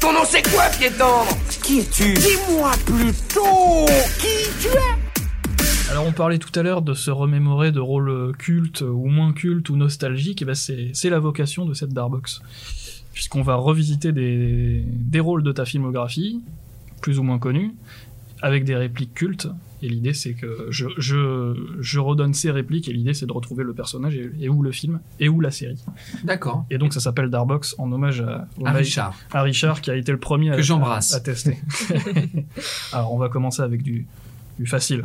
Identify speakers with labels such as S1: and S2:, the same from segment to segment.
S1: Ton nom c'est quoi, pied tendre
S2: Qui es-tu
S1: Dis-moi plutôt qui tu es
S3: Alors on parlait tout à l'heure de se remémorer de rôles euh, cultes ou moins cultes ou nostalgiques, et ben c'est c'est la vocation de cette Darbox. Puisqu'on va revisiter des, des rôles de ta filmographie, plus ou moins connus, avec des répliques cultes. Et l'idée c'est que je, je, je redonne ces répliques et l'idée c'est de retrouver le personnage et, et ou le film et ou la série.
S2: D'accord. Ah,
S3: Et donc ça s'appelle Darbox en hommage à, au
S2: À
S3: mail-
S2: Richard.
S3: à Richard qui a été le premier à-
S2: Que j'embrasse.
S3: à, à tester. Alors on va commencer avec du, du facile.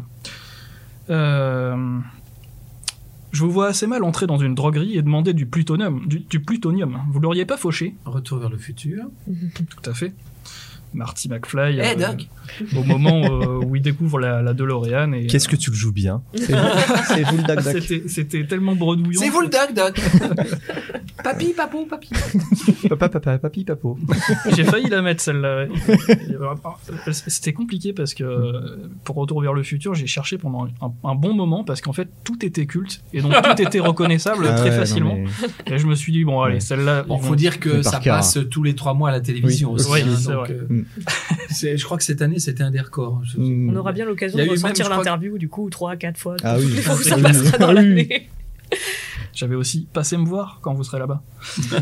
S3: Euh, je vous vois assez mal entrer dans une droguerie et demander du plutonium. Du, du plutonium. Vous l'auriez pas fauché
S2: Retour vers le futur.
S3: Tout à fait. Marty McFly. euh,
S2: Eh, Doc.
S3: Au moment euh, où il découvre la, la DeLorean. Et,
S4: Qu'est-ce que tu le joues bien C'est vous, c'est vous le
S3: Ah,
S4: Dac Dac.
S3: c'était, c'était tellement bredouillant.
S2: C'est vous le doc, doc. papi, papo, papi.
S4: Papa, papa, papi, papo.
S3: J'ai failli la mettre celle-là. ouais. Il y avait un- C'était compliqué parce que euh, pour Retour vers le futur, j'ai cherché pendant un, un bon moment parce qu'en fait tout était culte et donc tout était reconnaissable
S4: Ah
S3: très
S4: ouais, non,
S3: facilement.
S4: mais-
S3: Et je me suis dit bon allez
S4: Ouais.
S3: celle-là.
S2: Bon,
S3: ils
S2: faut
S3: vont-
S2: dire
S4: Mais
S2: que
S4: par
S2: ça
S4: cas.
S2: passe tous les trois mois à la télévision
S4: Oui,
S2: aussi.
S3: oui,
S2: hein,
S3: c'est
S2: donc,
S3: vrai.
S2: euh,
S4: Mm.
S2: c'est- je crois que cette année, c'était un des records. Je-
S4: Mm.
S5: On aura bien l'occasion
S2: Il y a
S5: de
S2: eu même,
S5: ressentir
S2: je crois,
S5: l'interview, du coup, trois, quatre fois.
S4: Ah oui.
S5: toutes les fois où ça
S4: Ah oui.
S5: passera dans
S4: Ah oui.
S5: l'année.
S3: J'avais aussi passé me voir quand vous serez là-bas.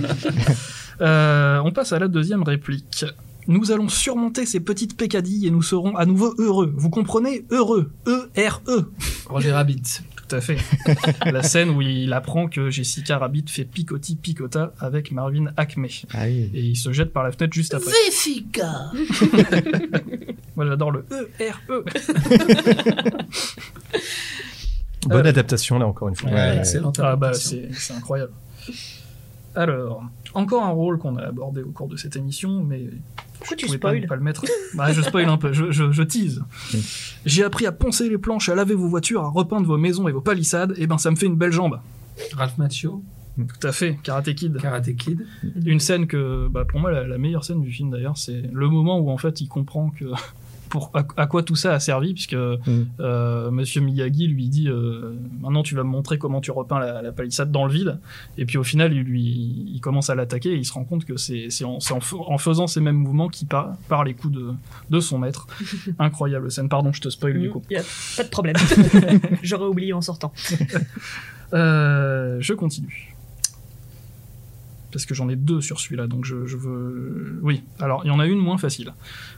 S3: Euh, on passe à la deuxième réplique. Nous allons surmonter ces petites pécadilles et nous serons à nouveau heureux. Vous comprenez Heureux. E E-R-E.
S2: Roger Rabbit.
S3: Tout à fait. la scène où il apprend que Jessica Rabbit fait picoti picota avec Marvin Acme.
S4: Ah oui.
S3: Et il se jette par la fenêtre juste après. Moi j'adore le E. E-R-E.
S4: Bonne
S3: Euh,
S4: adaptation là encore une fois.
S3: Ouais.
S2: Excellente
S3: Ah bah
S2: adaptation.
S3: c'est c'est incroyable. Alors, encore un rôle qu'on a abordé au cours de cette émission, mais
S5: Pourquoi
S3: je
S5: tu
S3: pouvais pas, ne
S5: spoil
S3: pas le mettre. Bah, je spoil un peu, je, je, je tease.
S4: Mm.
S3: J'ai appris à poncer les planches, à laver vos voitures, à repeindre vos maisons et vos palissades, et ben ça me fait une belle jambe.
S2: Ralph Macchio,
S3: Tout à fait, Karate Kid.
S2: Karate Kid.
S3: Une scène que, bah, pour moi, la, la meilleure scène du film d'ailleurs, c'est le moment où en fait il comprend que pour à, à quoi tout ça a servi, puisque euh, Monsieur Miyagi lui dit euh, maintenant tu vas me montrer comment tu repeins la, la palissade dans le vide. Et puis au final, il lui, il commence à l'attaquer et il se rend compte que c'est c'est en, c'est en f- en faisant ces mêmes mouvements qu'il part par les coups de, de son maître. Incroyable scène. Pardon, je te spoil du coup.
S5: Mm. Y a pas de problème. J'aurais oublié en sortant.
S3: Euh, je continue. Parce que j'en ai deux sur celui-là, donc je, je veux. Oui, alors il y en a une moins facile.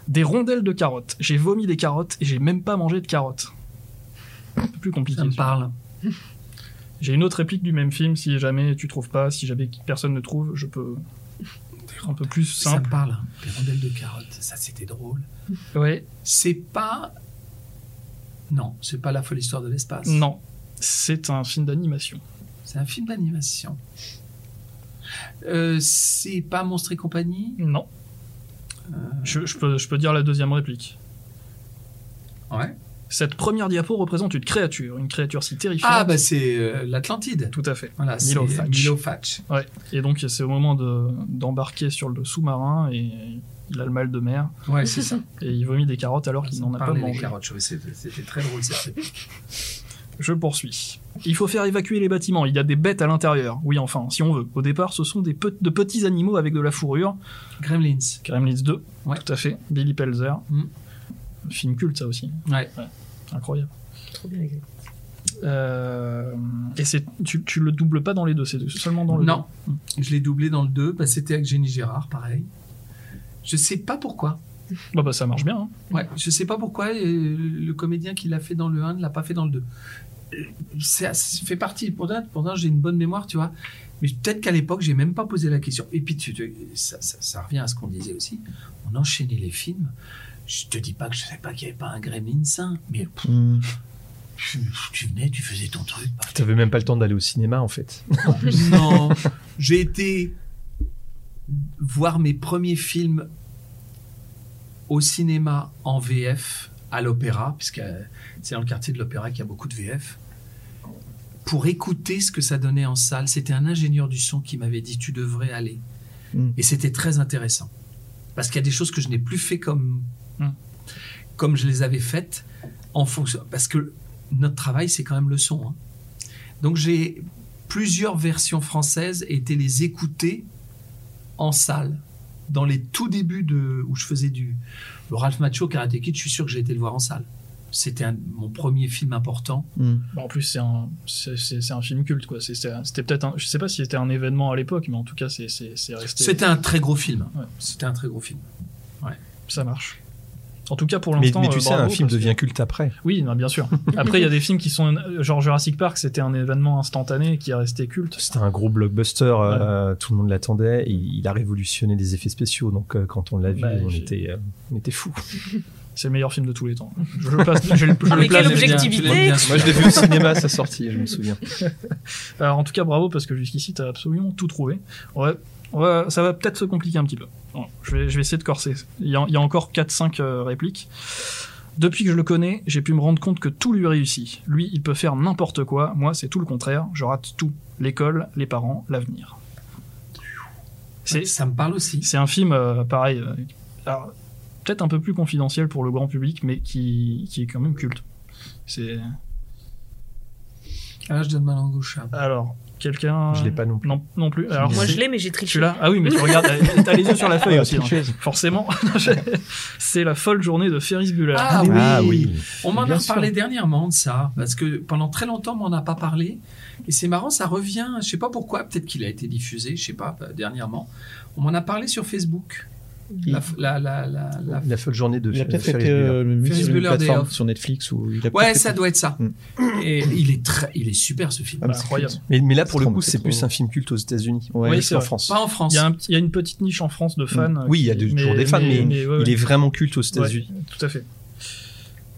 S3: Des rondelles de carottes. J'ai vomi des carottes et j'ai même pas mangé de carottes. Un peu plus compliqué.
S2: Ça me
S3: celui-là.
S2: parle.
S3: J'ai une autre réplique du même film, si jamais tu trouves pas, si jamais personne ne trouve, je peux. Un peu plus
S2: Ça me
S3: simple.
S2: parle. Les rondelles de carottes, ça c'était drôle.
S3: Ouais,
S2: C'est pas. Non, c'est pas la folle histoire de l'espace.
S3: non. C'est un film d'animation.
S2: C'est un film d'animation. Euh, c'est pas Monstre et compagnie
S3: Non.
S2: Euh.
S3: Je, je peux, je peux dire la deuxième réplique.
S2: Ouais.
S3: Cette première diapo représente une créature, une créature si terrifiante.
S2: Ah, bah c'est euh, l'Atlantide.
S3: Tout à fait.
S2: Voilà, c'est
S3: Milo Fatch.
S2: Milo Fatch.
S3: Et donc, c'est au moment de- d'embarquer sur le sous-marin et il a le mal de mer
S2: Ouais, c'est ça.
S3: et il vomit des carottes alors qu'il n'en a pas
S2: Parler des
S3: mangé.
S2: Ah, carottes, je trouvais c'était c'était très drôle. C'était
S3: Je poursuis. Il faut faire évacuer les bâtiments, il y a des bêtes à l'intérieur. Oui, enfin, si on veut. Au départ, ce sont des pe- de petits animaux avec de la fourrure.
S2: Gremlins.
S3: Gremlins 2,
S2: Ouais.
S3: tout à fait. Billy Pelzer.
S2: Mm.
S3: Film culte, ça aussi.
S2: Ouais.
S3: Incroyable.
S5: Trop bien.
S3: Euh, Et c'est tu, tu le doubles pas dans les deux, c'est seulement dans le
S2: Non, je l'ai doublé dans le 2. Bah, c'était avec Jenny Gérard, pareil. Je sais pas pourquoi.
S3: Bah, bah, ça marche bien. hein.
S2: Ouais, je sais pas pourquoi euh, le comédien qui l'a fait dans le 1 ne l'a pas fait dans le 2. Euh, Ça, ça fait partie. Pourtant, pourtant j'ai une bonne mémoire, tu vois. Mais peut-être qu'à l'époque, j'ai même pas posé la question. Et puis, tu, tu- ça, ça- ça revient à ce qu'on disait aussi. On enchaînait les films. Je te dis pas que je savais pas qu'il y avait pas un Gremlin sain, mais pff,
S4: Mm.
S2: tu, tu venais, tu faisais ton truc. bah, paf,
S4: T'avais même pas le temps d'aller au cinéma en fait.
S2: Non, j'ai été voir mes premiers films au cinéma en VF à l'opéra, puisque euh, c'est dans le quartier de l'opéra qu'il y a beaucoup de VF, pour écouter ce que ça donnait en salle. C'était un ingénieur du son qui m'avait dit tu devrais aller.
S4: Mm.
S2: Et c'était très intéressant. Parce qu'il y a des choses que je n'ai plus fait comme,
S3: Mm.
S2: comme je les avais faites en fonction. Parce que notre travail, c'est quand même le son. hein. Donc j'ai plusieurs versions françaises et été les écouter en salle dans les tout débuts de, où je faisais du le Ralph Macho Karate Kid, je suis sûr que j'ai été le voir en salle. C'était un- mon premier film important.
S4: Mm.
S6: Hmm.
S3: Bah, en plus, c'est un, c'est- c'est c'est un film culte, quoi. C'est- c'est- C'était peut-être un. Je sais pas si c'était un événement à l'époque, mais en tout cas, c'est c'est- c'est resté.
S2: C'était un très gros film.
S3: Ouais.
S2: C'était un très gros film.
S5: Ah,
S3: Ça marche. En tout cas, pour
S4: Mais,
S3: l'instant.
S4: mais tu
S3: euh,
S4: sais,
S3: bravo,
S4: un film
S3: parce que-
S4: devient culte après.
S3: Oui, non, bien sûr. Après, il y a des films qui sont. Genre Jurassic Park, c'était un événement instantané qui est resté culte.
S4: C'était un gros blockbuster, euh, tout le monde l'attendait. et Il, a révolutionné les effets spéciaux, donc euh, quand on l'a vu,
S3: Bah,
S4: on,
S3: j'ai-
S4: était, euh, on était fous.
S3: C'est le meilleur film de tous les temps. Je le passe. je le- je
S5: Ah,
S3: le
S5: mais
S3: place
S5: quelle
S3: déjà.
S5: objectivité
S2: hein.
S4: Moi, je l'ai vu au cinéma, ça sortie, je me souviens.
S3: Alors, en tout cas, bravo parce que jusqu'ici, t'as absolument tout trouvé. Ouais, ouais, ça va peut-être se compliquer un petit peu. Bon, je, vais, je vais essayer de corser. Il y a, il y a encore 4-5 euh, répliques. Depuis que je le connais, j'ai pu me rendre compte que tout lui réussit. Lui, il peut faire n'importe quoi. Moi, c'est tout le contraire. Je rate tout. L'école, les parents, l'avenir. C'est
S2: Ça me parle aussi.
S3: c'est un film, euh, pareil, euh, alors, peut-être un peu plus confidentiel pour le grand public, mais qui, qui est quand même culte. C'est...
S2: Ah, je donne ma langue au chat.
S3: Alors, quelqu'un...
S4: Je l'ai pas non plus.
S3: Non, non plus. Alors,
S5: Moi,
S3: c'est-
S5: je l'ai, mais j'ai
S3: Je
S5: triché.
S3: suis là. Ah oui, mais tu regardes, euh, t'as les yeux sur la
S4: Ah,
S3: feuille aussi. hein.
S4: Tricheuse.
S3: Forcément, c'est la folle journée de Ferris Bueller.
S2: Ah,
S4: Ah
S2: oui.
S4: oui.
S2: On m'en a
S4: Bien sûr.
S2: reparlé dernièrement de ça, parce que pendant très longtemps, on m'en a pas parlé. Et c'est marrant, ça revient, je sais pas pourquoi, peut-être qu'il a été diffusé, je sais pas, bah, dernièrement. On m'en a parlé sur Facebook. La, la- la- la- la-
S4: La folle journée de
S6: Il a
S4: Fer-
S6: peut-être
S4: Ferris
S6: été
S4: Bueller.
S6: euh, mis
S2: Ferris
S6: sur une
S2: Bueller Day
S6: plateforme
S2: Off.
S6: sur Netflix ou il a
S2: Ouais,
S6: peut-être
S2: ça
S6: été-
S2: doit être ça.
S6: Mm.
S2: Et il est, très, il est super ce film.
S6: Ah, mais
S3: Bah,
S6: c'est
S3: incroyable.
S6: culte.
S4: Mais, mais là, pour le
S6: Trump,
S4: coup,
S6: c'est
S4: c'est
S6: trop-
S4: plus un film culte aux États-Unis
S6: Ouais.
S3: Oui,
S4: oui,
S3: c'est
S4: en
S3: vrai.
S4: France.
S2: Pas en France.
S3: Il y, a un petit- il y a une petite niche en France de fans. euh,
S4: Oui, il y a
S3: qui-
S4: du- toujours des fans, mais
S3: ouais,
S4: Il
S3: ouais.
S4: est vraiment culte aux
S3: Ouais,
S4: États-Unis.
S3: tout à fait.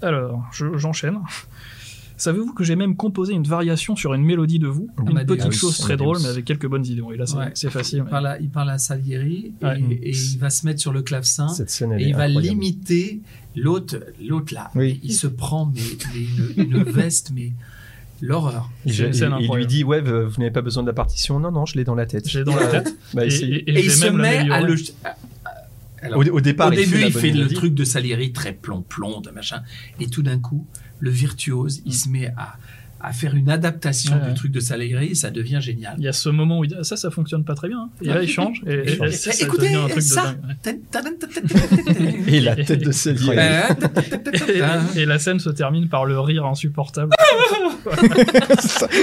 S3: Alors, je- j'enchaîne. Savez-vous que j'ai même composé une variation sur une mélodie de vous Une
S2: Amadeus.
S3: petite chose très
S4: Amadeus.
S3: drôle, mais avec quelques bonnes idées. Oui, là, c'est
S2: Ouais.
S3: c'est facile.
S4: Ah,
S2: Il parle à, il parle à Salieri et-
S3: Ouais.
S2: et, il va se mettre sur le clavecin
S3: Hein
S4: Cette scène, elle
S2: et
S4: est
S2: il va
S4: incroyable.
S2: limiter l'autre, l'autre là.
S6: Oui.
S2: Il se prend mais, mais une, une veste, mais l'horreur.
S4: Il,
S3: C'est une
S4: il-
S3: scène
S4: il lui
S3: incroyable.
S4: dit ouais v- vous n'avez pas besoin de la partition non non je l'ai dans la tête
S3: J'ai dans la
S4: Euh,
S3: tête.
S4: bah,
S3: Et,
S4: essayez.
S3: et- et
S2: Et,
S3: je
S2: il
S3: vais
S2: se
S3: même la
S2: met à
S3: l'améliorer.
S2: le. Alors,
S4: au, au départ
S2: Au début,
S4: la
S2: il
S4: bonne
S2: fait le
S4: mélodie.
S2: truc de Salieri très plomb-plomb, de machin. Et tout d'un coup, le virtuose, il se met à, à faire une adaptation
S3: Ouais,
S2: du
S3: ouais.
S2: truc de Salieri et ça devient génial.
S3: Il y a ce moment où il dit ah, ça, ça fonctionne pas très bien. hein. Et là, il change. Et, et-
S4: change.
S3: et ça, ça
S2: Eh, Écoutez,
S3: devient un truc de
S2: ça.
S3: dingue. Ouais.
S4: et la tête de Salieri
S2: Ah.
S3: Et, et la scène se termine par le rire insupportable.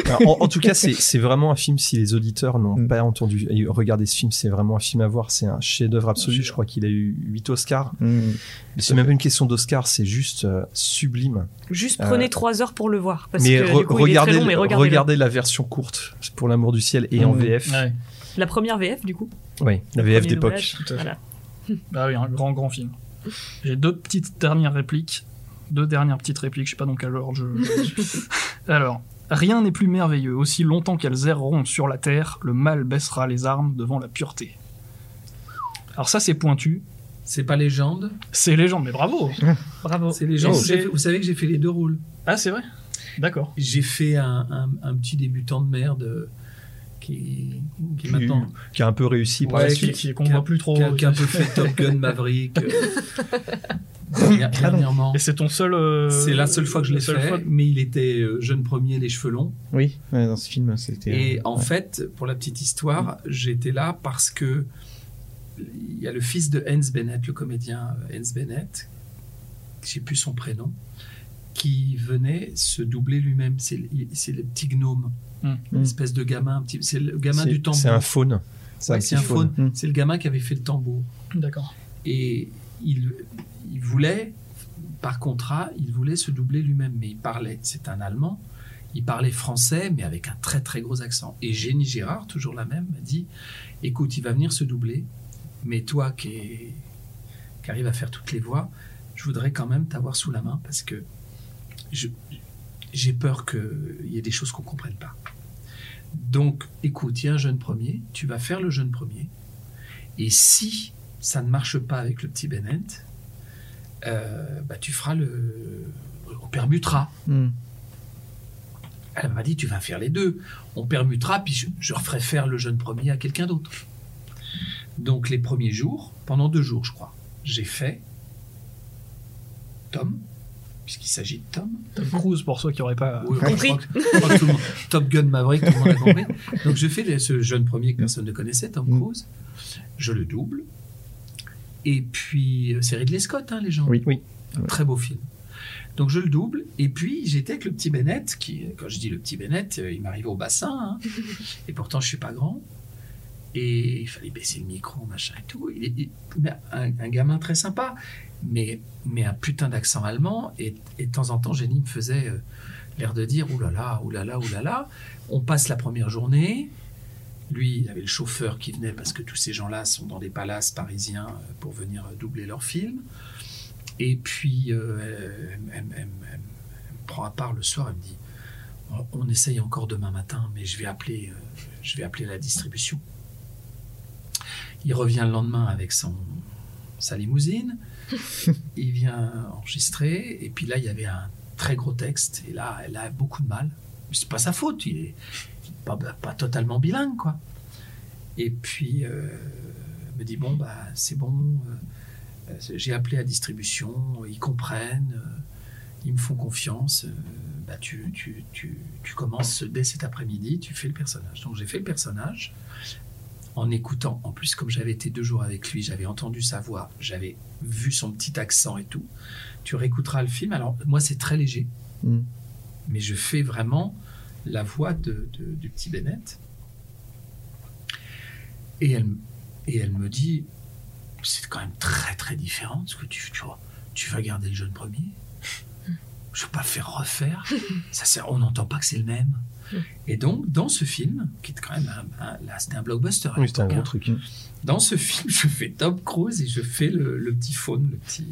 S4: Alors, en, en tout cas c'est c'est vraiment un film si les auditeurs n'ont
S6: Mm.
S4: pas entendu et regardez ce film c'est vraiment un film à voir c'est un chef-d'œuvre absolu je
S3: chef-d'œuvre.
S4: crois qu'il a eu 8 Oscars
S6: Hmm.
S4: Mais c'est même pas une question d'Oscar c'est juste euh, sublime
S5: Juste
S4: Euh,
S5: prenez 3 heures pour le voir. Parce
S4: mais
S5: que
S4: re-
S5: du coup,
S4: regardez,
S5: il est très long, mais
S4: le-
S5: regardez-le.
S4: regardez la version courte pour l'amour du ciel et en
S6: Mm.
S4: VF
S3: Ouais.
S5: La première VF, du coup.
S4: oui la
S5: le
S4: VF
S5: premier
S4: d'époque
S5: doublage.
S3: tout à fait.
S5: Voilà.
S3: Bah oui, un grand, grand film. J'ai deux petites dernières répliques. Deux dernières petites répliques, je sais pas dans quel ordre je. Alors, rien n'est plus merveilleux. Aussi longtemps qu'elles erreront sur la terre, le mal baissera les armes devant la pureté. Alors, ça, c'est pointu.
S2: C'est pas légende,
S3: C'est légende, mais bravo
S5: Bravo.
S2: c'est légende.
S3: Oh.
S2: J'ai fait- Vous savez que j'ai fait les deux rôles.
S3: Ah, c'est vrai D'accord.
S2: J'ai fait un, un- un petit débutant de merde euh, qui, qui Oh, est maintenant
S4: qui a un peu réussi par
S2: Ouais,
S4: la
S3: qui,
S4: suite
S3: qui- qu'on voit plus trop.
S2: qui a, qui a un peu fait Top Gun Maverick euh, dernière- dernièrement.
S3: Et c'est ton seul. euh,
S2: C'est la seule fois que je l'ai
S3: seule
S2: fait,
S3: fois-
S2: mais il était euh, jeune premier, les cheveux longs.
S6: oui ouais, dans ce film c'était euh,
S2: Et en fait, pour la petite histoire, j'étais là parce que il y a le fils de Hans Bennett, le comédien euh, Hans Bennett, j'ai plus son prénom, qui venait se doubler lui-même. C'est le, il- c'est le petit gnome,
S3: Hmm.
S2: une espèce de gamin, un petit- c'est le gamin
S4: C'est-
S2: du tambour.
S4: c'est un faune C'est
S2: Ouais,
S4: un
S2: c'est
S4: petit
S2: un faune.
S6: faune. Hmm.
S2: C'est le gamin qui avait fait le tambour.
S3: D'accord.
S2: Et il, il voulait, par contrat, il voulait se doubler lui-même, mais il parlait, c'est un Allemand, il parlait français, mais avec un très très gros accent. Et Jenny Gérard, toujours la même, m'a dit, écoute, il va venir se doubler, mais toi qui, es- qui arrives à faire toutes les voix, je voudrais quand même t'avoir sous la main, parce que je- j'ai peur qu'il y ait des choses qu'on ne comprenne pas. Donc, écoute, il y a un jeune premier, tu vas faire le jeune premier, et si ça ne marche pas avec le petit Bennett, euh, bah, tu feras le. On permutera.
S6: Hmm.
S2: Elle m'a dit, tu vas faire les deux. On permutera, puis je, je referai faire le jeune premier à quelqu'un d'autre. Donc les premiers jours, pendant deux jours, je crois, j'ai fait Tom, puisqu'il s'agit de Tom. Ah,
S3: Tom Cruise, pour ceux qui auraient pas.
S2: Oui, je
S5: Compris.
S2: crois que- je crois que tout le monde- Top Gun Maverick, tout le monde a compris. Donc je fais le- ce jeune premier que personne ne connaissait, Tom Cruise. Je le double. Et puis, euh, c'est Ridley Scott, hein, les gens.
S6: Oui.
S4: Oui.
S2: Un Très beau film. Donc, je le double. Et puis, j'étais avec le petit Bennett, qui, quand je dis le petit Bennett, euh, il m'arrivait au bassin. hein. et pourtant, je suis pas grand. Et il fallait baisser le micro, machin et tout. Il est- il- mais un, un gamin très sympa, mais, mais un putain d'accent allemand. Et, et de temps en temps, Jenny me faisait euh, l'air de dire Ouh là là, ouh là là, ouh là là. On passe la première journée. Lui, il avait le chauffeur qui venait parce que tous ces gens-là sont dans des palaces parisiens euh, pour venir euh, doubler leurs films. Et puis, euh, elle, elle- elle- elle- elle me prend à part le soir, elle me dit On- On essaye encore demain matin, mais je vais appeler, euh, je vais appeler la distribution. Il revient le lendemain avec son, sa limousine. il vient enregistrer. Et puis là, il y avait un très gros texte. Et là, elle a beaucoup de mal. Mais c'est pas sa faute. Il est pas, bah, pas totalement bilingue, quoi. Et puis, euh, elle me dit Bon, bah, c'est bon. euh, euh, J'ai appelé à distribution. Ils comprennent. euh, ils me font confiance. euh, bah, tu, tu, tu, tu commences dès cet après-midi. Tu fais le personnage. Donc, j'ai fait le personnage en écoutant. En plus, comme j'avais été deux jours avec lui, j'avais entendu sa voix, j'avais vu son petit accent et tout. Tu réécouteras le film. Alors, moi, c'est très léger.
S6: Mm.
S2: Mais je fais vraiment la voix de, de- du petit Bennett. Et elle, et elle me dit c'est quand même très, très différent de ce que tu, tu vois. Tu vas garder le jeune premier. Je ne vais pas le faire refaire. Ça sert, on n'entend pas que c'est le même. Et donc, dans ce film, qui est quand même un, un- là, c'était un blockbuster. à
S4: Oui, c'était un
S2: l'époque,
S4: gros
S2: hein.
S4: truc.
S2: Dans ce film, je fais Tom Cruise et je fais le, le petit faune, le petit.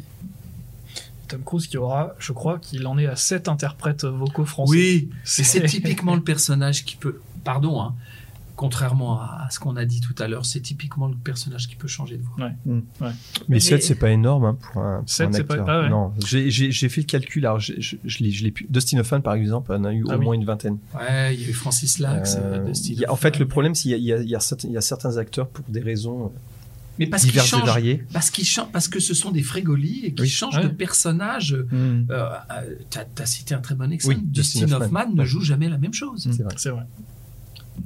S3: Tom Cruise qui aura, je crois qu'il en est à 7 interprètes vocaux français.
S2: c'est c'est typiquement le personnage qui peut. Pardon, hein, contrairement à, à ce qu'on a dit tout à l'heure, c'est typiquement le personnage qui peut changer de voix.
S4: Mais
S5: Mais-
S4: 7, c'est pas énorme hein, pour un, pour
S3: 7,
S4: un
S3: c'est pas-
S4: acteur.
S3: ah ouais.
S4: Non, j'ai- j'ai j'ai fait le calcul. Alors, j'ai- je, je l'ai- je l'ai plus. Dustin Hoffman, par exemple, en a eu
S3: Ah
S4: au
S3: oui.
S4: moins une vingtaine.
S2: Ouais, il y a eu Francis Lax,
S4: Euh,
S2: de style.
S4: il y a- en fait, le problème, c'est qu'il y a- il y, a- il y a certains- il y a certains acteurs pour des raisons euh,
S2: Mais parce qu'ils
S4: diverses et
S2: changent,
S4: variées.
S2: parce qu'ils chan- parce que ce sont des frégolis et qu'ils
S4: Oui.
S2: changent
S3: Ouais.
S2: de personnage. Euh,
S6: Mm.
S2: euh, t'as t'as cité un très bon exemple.
S4: Oui, Dustin
S2: Dustin
S4: Hoffman.
S2: Hoffman ne joue jamais la même chose.
S4: C'est vrai.
S3: C'est vrai.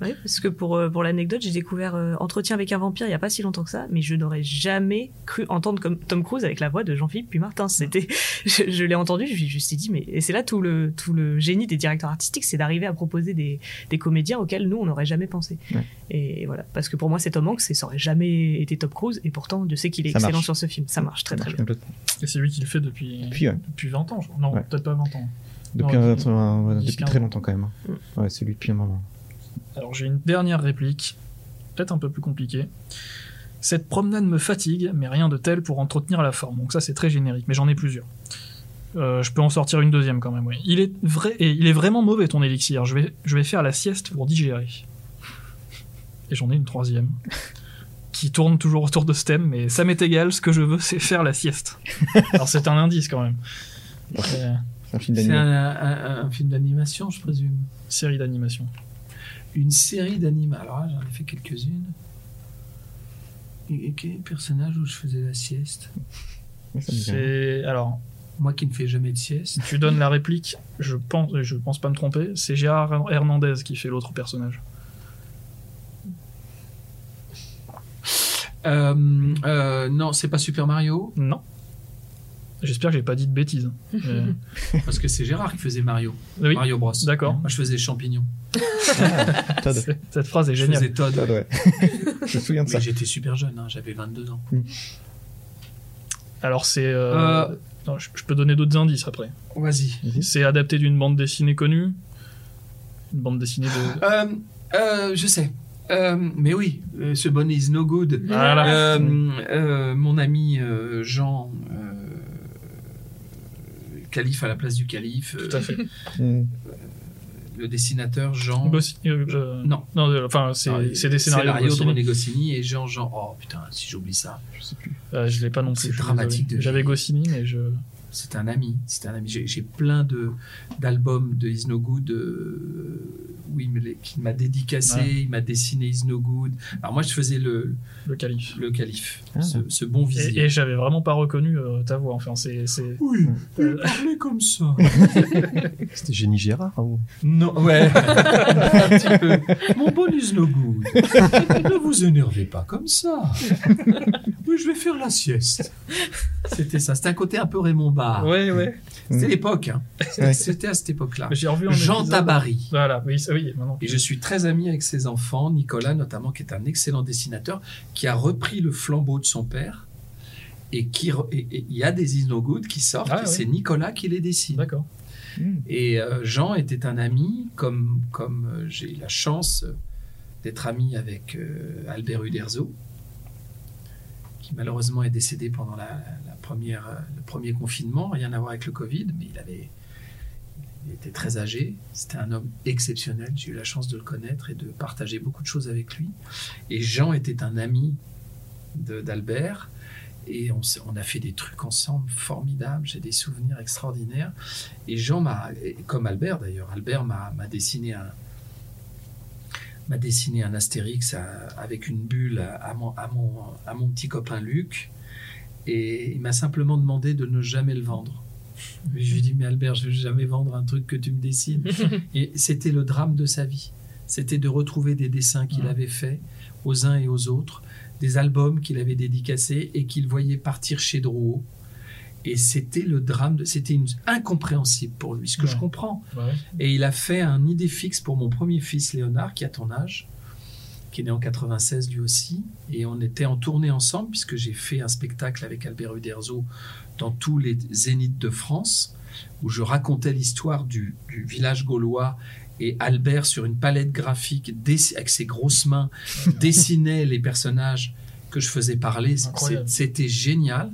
S5: Oui, parce que pour, euh, pour l'anecdote, j'ai découvert euh, Entretien avec un vampire il n'y a pas si longtemps que ça, mais je n'aurais jamais cru entendre comme Tom Cruise avec la voix de Jean-Philippe puis Martin. C'était, je, je l'ai entendu, je, je me suis dit, mais et c'est là tout le, tout le génie des directeurs artistiques, c'est d'arriver à proposer des, des comédiens auxquels nous, on n'aurait jamais pensé.
S6: Ouais.
S5: Et voilà, parce que pour moi, c'est Tom Hanks et ça aurait jamais été Tom Cruise, et pourtant, Dieu sait qu'il est
S6: Ça
S5: excellent
S6: marche.
S5: sur ce film. Ça marche très très bien.
S6: Complètement.
S3: Et c'est lui qui le fait depuis, depuis,
S6: euh, Depuis, ouais.
S3: 20 ans, je crois. Non,
S6: Ouais.
S3: peut-être pas 20 ans.
S6: Depuis,
S3: Non,
S6: un-
S3: depuis-
S6: un- ouais,
S3: depuis
S6: depuis
S3: 15.
S6: très longtemps quand même. hein. Ouais, c'est lui depuis un moment.
S3: Alors j'ai une dernière réplique, peut-être un peu plus compliquée. Cette promenade me fatigue, mais rien de tel pour entretenir la forme. Donc ça c'est très générique, mais j'en ai plusieurs. Euh, je peux en sortir une deuxième quand même. Oui. Il est vrai et il est vraiment mauvais ton élixir. Je vais, je vais faire la sieste pour digérer. Et j'en ai une troisième qui tourne toujours autour de ce thème, mais ça m'est égal. Ce que je veux, c'est faire la sieste. Alors c'est un indice quand même. Euh,
S6: C'est un film
S2: C'est un,
S6: d'animé.
S2: un- un film d'animation, je présume.
S3: série d'animation.
S2: une série d'animes. Alors là, j'en ai fait quelques-unes. Et et quel personnage où je faisais la sieste
S6: Ouais, ça me dit rien.
S3: C'est alors
S2: Moi qui ne fais jamais de sieste.
S3: Tu donnes la réplique, je pense, je pense pas me tromper, c'est Gérard Hernandez qui fait l'autre personnage.
S2: Euh, euh, non, c'est pas Super Mario,
S3: Non. J'espère que j'ai pas dit de bêtises. Mais-
S2: parce que c'est Gérard qui faisait Mario.
S3: Oui,
S2: Mario Bros.
S3: d'accord.
S2: Moi, je faisais Champignon.
S6: Todd.
S3: c'est- Cette phrase est
S2: Je
S3: géniale.
S2: faisais Todd.
S6: Todd, ouais. Je me souviens de ça.
S2: Mais j'étais super jeune, hein, j'avais 22 ans.
S3: Alors c'est. euh,
S2: Euh.
S3: non, je, je peux donner d'autres indices après.
S2: Vas-y.
S3: C'est adapté d'une bande dessinée connue. Une bande dessinée de.
S2: Euh, euh, je sais. Euh, mais oui, euh, ce bonnet is no good.
S3: Voilà.
S2: Euh, euh, mon ami euh, Jean, euh, calife à la place du calife, euh,
S3: Tout à fait.
S6: Mm.
S2: le dessinateur Jean.
S3: Gossi- euh, euh,
S2: Non.
S3: Non, euh, enfin, c'est
S2: Ah,
S3: c'est des scénarios. de
S2: de
S3: Goscinny.
S2: René Goscinny et Jean Jean. Oh putain, si j'oublie ça,
S3: Euh, je l'ai pas non plus.
S2: C'est
S3: je suis
S2: dramatique
S3: désolé.
S2: de-
S3: J'avais Goscinny, mais je.
S2: c'est un ami, c'est un ami. J'ai j'ai plein de d'albums de Is No Good. euh, où il me les- qu'il m'a dédicacé,
S3: Ouais.
S2: il m'a dessiné Is No Good. Alors moi, je faisais le,
S3: Le calife.
S2: le calife,
S6: Ah.
S2: ce, ce bon
S3: Et,
S2: vizir.
S3: et j'avais vraiment pas reconnu euh, ta voix. Enfin, c'est. c'est-
S2: Oui,
S3: il
S2: parlait comme ça.
S4: C'était Génie Gérard. hein, ou-
S2: Non, ouais. Un petit peu. Mon bon is no good. ne vous énervez pas comme ça. Oui, je vais faire la sieste. C'était ça. C'était un côté un peu Raymond Barre.
S3: Ouais, ouais.
S2: C'était l'époque. hein. C'était-
S6: Ouais.
S2: C'était à cette époque-là.
S3: J'ai revu un
S2: Ah. Jean
S3: épisode-
S2: Tabary.
S3: Voilà, oui, ça, oui, maintenant.
S2: Et je suis très ami avec ses enfants, Nicolas notamment, qui est un excellent dessinateur, qui a repris le flambeau de son père. Et qui re- et- et il y a des Isnogood qui sortent,
S3: Ah,
S2: et
S3: oui.
S2: c'est Nicolas qui les dessine.
S3: D'accord.
S6: Mmh.
S2: Et euh, Jean était un ami, comme, comme euh, j'ai eu la chance euh, d'être ami avec euh, Albert Uderzo, qui malheureusement est décédé pendant la, la première, euh, le premier confinement, rien à voir avec le Covid, mais il avait il était très âgé, c'était un homme exceptionnel, j'ai eu la chance de le connaître et de partager beaucoup de choses avec lui. Et Jean était un ami de- d'Albert, et on, s'est- on a fait des trucs ensemble formidables, j'ai des souvenirs extraordinaires. Et Jean m'a, et comme Albert d'ailleurs, Albert m'a m'a dessiné un m'a dessiné un Astérix à- avec une bulle à, à mon, à, mon, à mon petit copain Luc et il m'a simplement demandé de ne jamais le vendre. Et je lui ai dit mais Albert, je vais jamais vendre un truc que tu me dessines. et c'était le drame de sa vie. C'était de retrouver des dessins qu'il avait faits aux uns et aux autres, des albums qu'il avait dédicacés et qu'il voyait partir chez Drouot. Et c'était le drame, de- c'était une- incompréhensible pour lui, ce que je
S3: Ouais.
S2: comprends.
S3: Ouais.
S2: Et il a fait un idée fixe pour mon premier fils Léonard, qui a ton âge, qui est né en 96 lui aussi. Et on était en tournée ensemble, puisque j'ai fait un spectacle avec Albert Uderzo dans tous les zéniths de France, où je racontais l'histoire du, du village gaulois. Et Albert, sur une palette graphique, dess- avec ses grosses mains, dessinait les personnages que je faisais parler. C'est-
S3: Incroyable.
S2: C'était génial.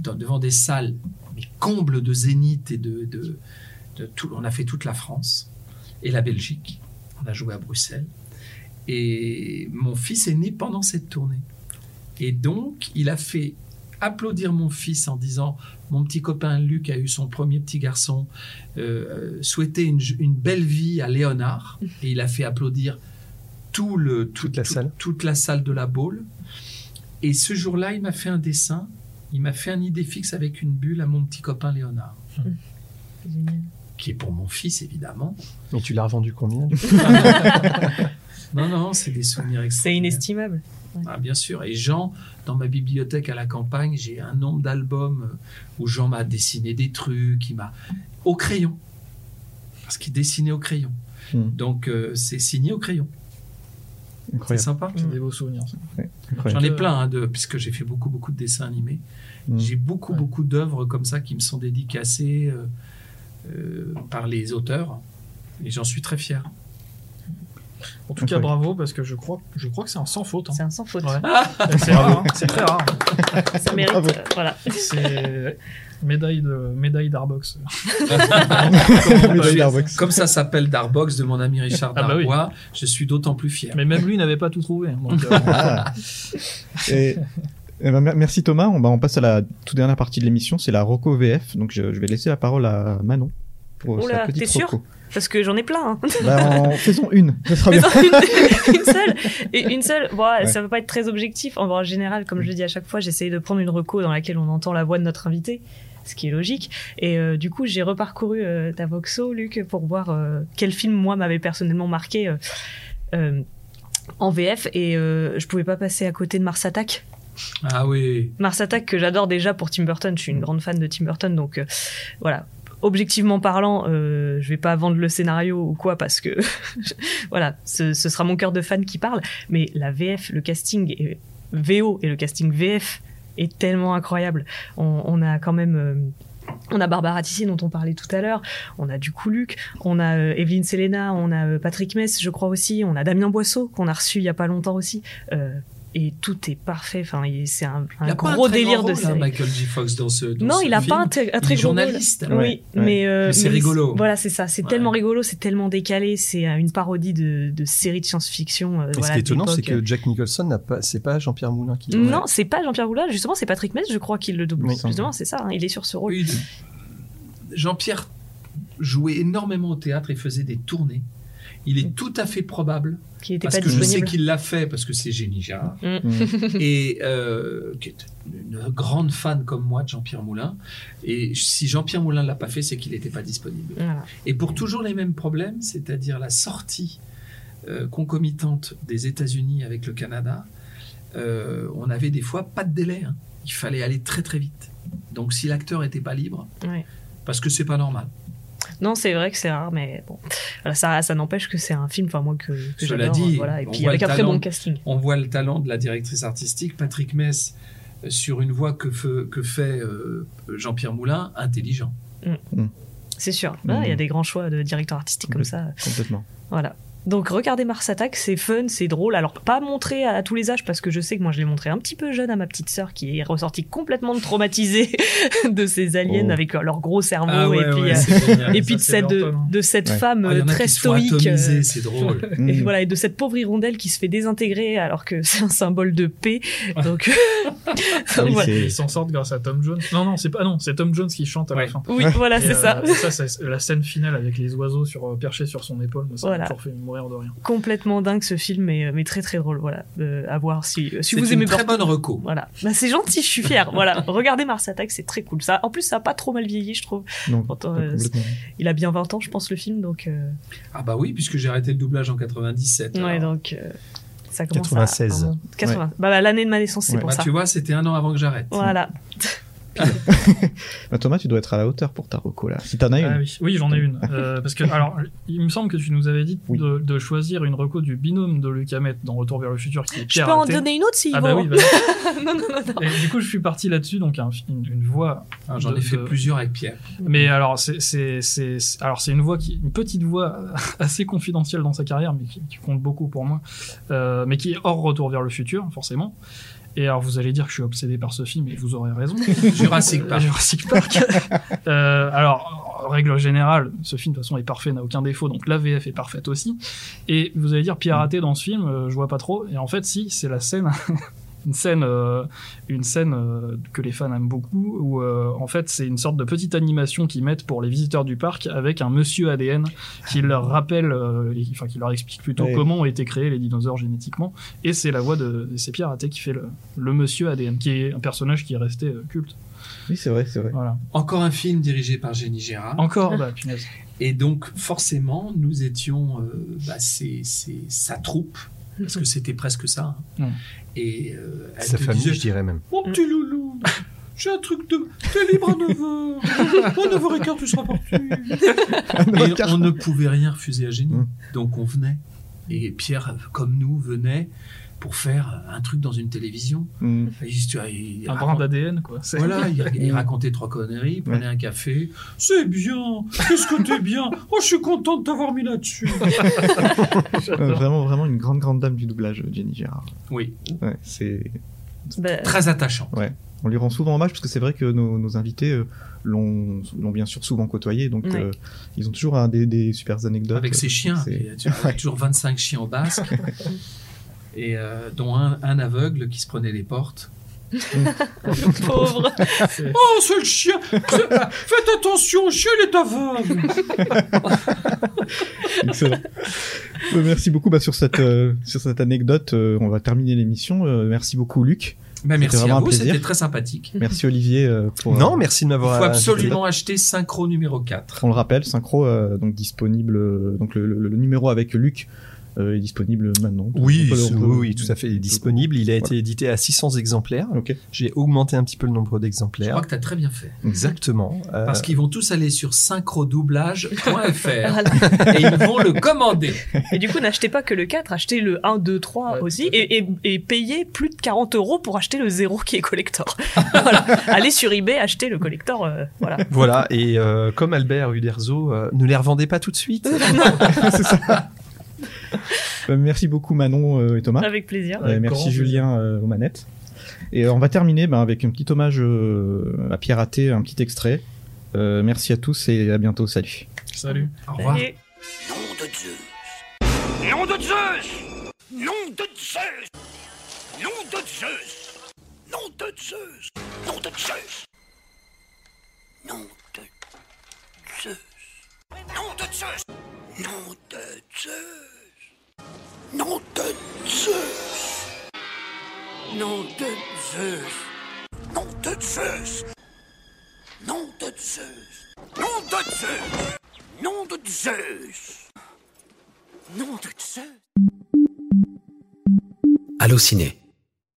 S2: Dans- devant des salles mais comble de zénith et de, de- de tout. On a fait toute la France et la Belgique. On a joué à Bruxelles. Et mon fils est né pendant cette tournée. Et donc, il a fait applaudir mon fils en disant Mon petit copain Luc a eu son premier petit garçon, euh, souhaiter une, une belle vie à Léonard. Et il a fait applaudir tout le, tout-
S4: Toute la
S2: tout-
S4: salle.
S2: toute la salle de la Baule. Et ce jour-là, il m'a fait un dessin. Il m'a fait un idée fixe avec une bulle à mon petit copain Léonard,
S5: Génial.
S2: qui est pour mon fils, évidemment.
S4: Mais tu l'as revendu combien du coup
S2: Non, non, c'est des souvenirs
S5: C'est
S2: extraordinaires.
S5: inestimable.
S2: Ah, bien sûr. Et Jean, dans ma bibliothèque à la campagne, j'ai un nombre d'albums euh, où Jean m'a dessiné des trucs, il m'a au crayon, parce qu'il dessinait au crayon.
S6: Mm.
S2: Donc euh, c'est signé au crayon. C'est
S6: Incroyable.
S2: sympa.
S3: C'est des beaux souvenirs. ça.
S2: J'en
S6: incroyable.
S2: ai
S3: Euh,
S2: plein, hein, de, puisque j'ai fait beaucoup, beaucoup de dessins animés.
S6: Mm.
S2: J'ai beaucoup,
S3: Ouais.
S2: beaucoup d'œuvres comme ça qui me sont dédicacées euh, euh, par les auteurs. Et j'en suis très fier.
S3: En tout cas,
S6: Incroyable.
S3: bravo, parce que je crois, je crois que c'est un sans faute. hein.
S5: C'est un sans faute.
S3: Ouais. C'est rare, hein. c'est très rare.
S5: Ça mérite.
S6: Bravo.
S5: euh, voilà.
S3: C'est médaille de médaille d'Arbox.
S6: Le
S2: Bah,
S6: Starbucks.
S2: Comme ça s'appelle Darbox de mon ami Richard
S3: Ah bah oui.
S2: Darbois, je suis d'autant plus fier.
S3: Mais même lui n'avait pas tout trouvé. hein. Donc, euh,
S6: Ah. Et- eh ben, mer- merci Thomas. On, bah, on passe à la toute dernière partie de l'émission, c'est la Rocco VF. Donc je, je vais laisser la parole à Manon pour euh,
S5: Oula,
S6: sa petite
S5: t'es sûr
S6: Rocco.
S5: Parce que j'en ai plein. hein.
S6: Bah, en faisons une, ça sera
S5: Mais
S6: bien.
S5: non, une, une seule. Et une seule. Bon,
S6: Ouais.
S5: Ça peut pas être très objectif. En général, comme je le dis à chaque fois, j'essaye de prendre une reco dans laquelle on entend la voix de notre invité, ce qui est logique. Et euh, du coup, j'ai reparcouru euh, ta voxo, Luc, pour voir euh, quel film, moi, m'avait personnellement marqué euh, euh, en VF. Et euh, je pouvais pas passer à côté de Mars Attack.
S2: Ah oui.
S5: Mars Attack que j'adore déjà pour Tim Burton. Je
S6: Mm.
S5: suis une grande fan de Tim Burton, donc euh, voilà. Objectivement parlant, euh, je vais pas vendre le scénario ou quoi parce que voilà, ce, ce sera mon cœur de fan qui parle. Mais la VF, le casting est- VO et le casting VF est tellement incroyable. On, on a quand même. euh, on a Barbara Tissier dont on parlait tout à l'heure, on a du coup Luc, on a euh, Evelyne Selena, on a euh, Patrick Mess, je crois aussi, on a Damien Boisseau qu'on a reçu il y a pas longtemps aussi. Euh, et tout est parfait. Enfin, il- c'est un, un
S2: Il a pas
S5: gros
S2: très
S5: délire
S2: grand
S5: de
S2: rôle, hein,
S5: série.
S2: Michael J. Fox dans ce. dans
S5: Non,
S2: ce
S5: il a
S2: film.
S5: pas un, très- un
S2: Il
S5: très
S2: est
S5: gros rôle.
S2: journaliste.
S5: Oui,
S6: Ouais, ouais.
S5: mais, euh,
S2: Mais c'est
S5: mais
S2: rigolo.
S5: Voilà, c'est ça. C'est
S2: Ouais.
S5: tellement rigolo, c'est tellement décalé. C'est euh, une parodie de, de série de science-fiction. euh,
S4: Et ce
S5: voilà,
S4: qui est étonnant, c'est
S5: d'époque.
S4: que Jack Nicholson n'a pas, c'est pas Jean-Pierre Moulin qui.
S5: Non, c'est pas Jean-Pierre Goulard, justement, c'est Patrick Metz, je crois, qu'il le double.
S6: Oui.
S5: Justement, c'est ça, hein, il est sur ce rôle.
S2: Oui, Jean-Pierre jouait énormément au théâtre et faisait des tournées. Il est tout à fait probable,
S5: Qui n'était
S2: parce
S5: pas
S2: que je sais
S5: disponible.
S2: qu'il l'a fait, parce que c'est Génie Gérard,
S6: Mmh,
S2: et euh, qui est une grande fan comme moi de Jean-Pierre Moulin. Et si Jean-Pierre Moulin l'a pas fait, c'est qu'il n'était pas disponible.
S5: Voilà.
S2: Et pour toujours les mêmes problèmes, c'est-à-dire la sortie euh, concomitante des États-Unis avec le Canada, euh, on avait des fois pas de délai. hein. Il fallait aller très très vite. Donc si l'acteur n'était pas libre,
S5: Ouais.
S2: parce que c'est pas normal.
S5: Non, c'est vrai que c'est rare, mais bon. Voilà, ça, ça n'empêche que c'est un film, enfin, moi, que, que
S2: Cela
S5: j'adore.
S2: dit,
S5: voilà, et
S2: on
S5: puis
S2: voit
S5: avec
S2: le
S5: un très
S2: talent.
S5: bon casting.
S2: On voit le talent de la directrice artistique, Patrick Mess, euh, sur une voix que, fe- que fait euh, Jean-Pierre Moulin, intelligent.
S5: C'est sûr.
S2: Mmh.
S5: Voilà, Il y a des grands choix de directeurs artistiques comme ça.
S6: Complètement.
S5: Voilà. Donc regardez Mars Attack, c'est fun, c'est drôle. Alors pas montré à, à tous les âges parce que je sais que moi je l'ai montré un petit peu jeune à ma petite sœur qui est ressortie complètement traumatisée de ces aliens
S6: Oh.
S5: avec leur gros cerveau
S2: Ah ouais,
S5: et puis,
S2: ouais,
S5: euh,
S2: c'est génial.
S5: et puis de
S3: c'est hein.
S5: cette, de,
S3: l'entonnoir.
S5: de cette
S6: Ouais.
S5: femme
S2: Ah, il y en a
S5: Euh, très
S2: qui se font
S5: stoïque. euh,
S2: atomiser, c'est drôle.
S5: et
S6: Mm.
S5: voilà, et de cette pauvre hirondelle qui se fait désintégrer alors que c'est un symbole de paix. Donc, euh,
S6: Ah oui,
S5: voilà.
S6: c'est-
S3: Ils s'en sortent grâce à Tom Jones. Non, non, c'est pas. Non, c'est Tom Jones qui chante à
S2: Ouais.
S3: la fin.
S5: oui, voilà,
S3: Et,
S5: Ah, c'est
S3: euh,
S5: ça.
S3: et ça, c'est la scène finale avec les oiseaux sur, euh, perchés sur son épaule. moi, Ça
S5: Voilà.
S3: m'a toujours fait mourir de rien.
S5: Complètement dingue ce film, mais, mais très très drôle. Voilà, Euh, à voir si, si
S2: C'est
S5: vous
S2: une
S5: aimez
S2: très
S5: Burton.
S2: bonne reco.
S5: Voilà, bah, c'est gentil, je suis fière. voilà, regardez Mars Attack, c'est très cool. Ça, en plus, ça a pas trop mal vieilli, je trouve.
S6: Non,
S5: Quand,
S6: pas
S5: euh,
S6: complètement.
S5: Il a bien 20 ans, je pense, le film, donc. euh,
S2: Ah bah oui, puisque j'ai arrêté le doublage en 97.
S5: ouais,
S2: alors.
S5: donc. euh, ça commence
S4: 96.
S5: À, à mon- 80. Bah, bah, l'année de ma naissance, c'est
S6: Ouais.
S5: pour
S2: Bah,
S5: ça.
S2: tu vois, c'était un an avant que j'arrête.
S5: Voilà.
S6: Bah, Thomas, tu dois être à la hauteur pour ta reco là. Si t'en as
S3: Ah
S6: une.
S3: oui, oui j'en ai une. Euh, parce que, alors, il me semble que tu nous avais dit
S6: Oui.
S3: de, de choisir une reco du binôme de Luc Hamet dans Retour vers le futur qui est
S5: Je
S3: Pierre
S5: peux en
S3: Raté.
S5: donner une autre s'il
S3: Ah bah
S5: veut.
S3: oui, vas-y.
S5: non, non, non, non.
S3: Et du coup, je suis parti là-dessus, donc un fi- une, une voix.
S2: Ah, J'en
S3: de-
S2: ai fait
S3: de-
S2: plusieurs avec Pierre.
S3: Mais alors, c'est c'est- c'est- c'est- alors c'est une voix qui, une petite voix assez confidentielle dans sa carrière, mais qui, qui compte beaucoup pour moi, euh, mais qui est hors retour vers le futur, forcément. Et alors, vous allez dire que je suis obsédé par ce film, et vous aurez raison.
S2: Jurassic Park.
S3: Jurassic Park. Euh, alors, en règle générale, ce film de toute façon est parfait, n'a aucun défaut, donc l'AVF est parfaite aussi. Et vous allez dire pirater dans ce film, euh, je vois pas trop. Et en fait, si, c'est la scène. Une scène, euh, une scène euh, que les fans aiment beaucoup, où euh, en fait c'est une sorte de petite animation qu'ils mettent pour les visiteurs du parc avec un monsieur ADN qui leur rappelle, euh, et- enfin qui leur explique plutôt
S6: Ouais.
S3: comment ont été créés les dinosaures génétiquement. Et c'est la voix de, c'est Pierre Raté qui fait le, le monsieur ADN, qui est un personnage qui est resté euh, culte.
S6: Oui, c'est vrai, c'est vrai.
S3: Voilà.
S2: Encore un film dirigé par Jenny Gérard.
S3: Encore, bah, punaise.
S2: Et donc, forcément, nous étions euh, bah, c'est- c'est sa troupe, parce que c'était presque ça. hein.
S3: Mm.
S2: Et euh, elle
S4: Sa
S2: te
S4: famille,
S2: disait,
S4: je dirais même.
S2: Mon petit loulou, j'ai un truc de. T'es libre à 9h. À 9h15, tu seras parti. Et on ne pouvait rien refuser à Génie.
S6: Mm.
S2: Donc on venait. Et Pierre, comme nous, venait pour faire un truc dans une télévision.
S6: Mm.
S2: Et il- tu vois, il
S3: Un brin
S2: raconte-
S3: d'ADN, quoi. C'est-
S2: Voilà, il, il racontait trois conneries, il prenait un café. C'est bien, qu'est-ce que t'es bien. Oh, je suis content de t'avoir mis là-dessus.
S6: Euh, vraiment, vraiment une grande, grande dame du doublage, Jenny Gérard.
S2: Oui,
S6: Ouais, c'est.
S5: Bah,
S2: très attachant.
S6: On lui rend souvent hommage parce que c'est vrai que nos, nos invités euh, l'ont l'ont bien sûr souvent côtoyé, donc
S5: Ouais.
S6: euh, ils ont toujours hein, des, des super anecdotes.
S2: Avec ses chiens,
S6: C'est-
S2: il y a toujours- il y a toujours 25 chiens au basque. Et euh, dont un, un aveugle qui se prenait les portes.
S5: pauvre.
S2: Oh, c'est le chien C'est- Faites attention, le chien, il est aveugle
S6: Excellent. Euh, merci beaucoup bah, sur, cette, euh, sur cette anecdote. euh, on va terminer l'émission. Euh, merci beaucoup, Luc.
S2: Mais merci
S6: vraiment
S2: à
S6: un
S2: vous,
S6: plaisir.
S2: c'était très sympathique.
S6: Merci, Olivier. euh, pour,
S4: Non,
S6: euh,
S4: merci de
S2: Il
S4: m'avoir
S2: faut
S4: invité.
S2: absolument acheter Synchro numéro 4.
S6: On le rappelle, Synchro, euh, donc disponible. euh, donc le, le- le numéro avec Luc euh, est disponible maintenant.
S4: Oui,
S6: On peut le-
S4: c'est-
S6: on peut-
S4: oui, oui, tout à fait. Il est disponible. Il a été édité à 600 exemplaires.
S6: Ah, Ok.
S4: J'ai augmenté un petit peu le nombre
S2: Je crois
S4: d'exemplaires.
S2: que tu as très bien fait.
S4: Exactement. Euh,
S2: Parce qu'ils vont tous aller sur synchrodoublage.fr et ils vont le commander.
S5: Et du coup, n'achetez pas que le 4, achetez le 1, 2, 3
S3: Ouais,
S5: aussi
S3: tout à fait.
S5: et, et, et payez plus de 40 euros pour acheter le 0 qui est collector. voilà. Allez sur eBay, achetez le collector. euh, voilà.
S4: Voilà. Et euh, comme Albert Uderzo, euh, ne les revendez pas tout de suite.
S6: C'est ça. Euh, merci beaucoup, Manon euh, et Thomas.
S5: Avec plaisir.
S6: Euh,
S3: Avec
S6: merci
S3: grand
S6: Julien euh, aux manettes. Et euh, on va terminer ben, avec un petit hommage euh, à Pierre Athé, un petit extrait. Euh, merci à tous et à bientôt. Salut.
S3: Salut.
S2: Au revoir.
S5: Salut.
S1: Nom de Zeus Nom de Zeus Nom de Zeus Nom de Zeus Nom de Zeus Nom de Zeus Nom de Zeus Nom de Zeus Nom de Zeus Nom de Zeus Nom de Zeus Nom de Zeus Nom de Zeus Nom de Zeus Nom de Zeus Nom de Zeus
S7: Allociné,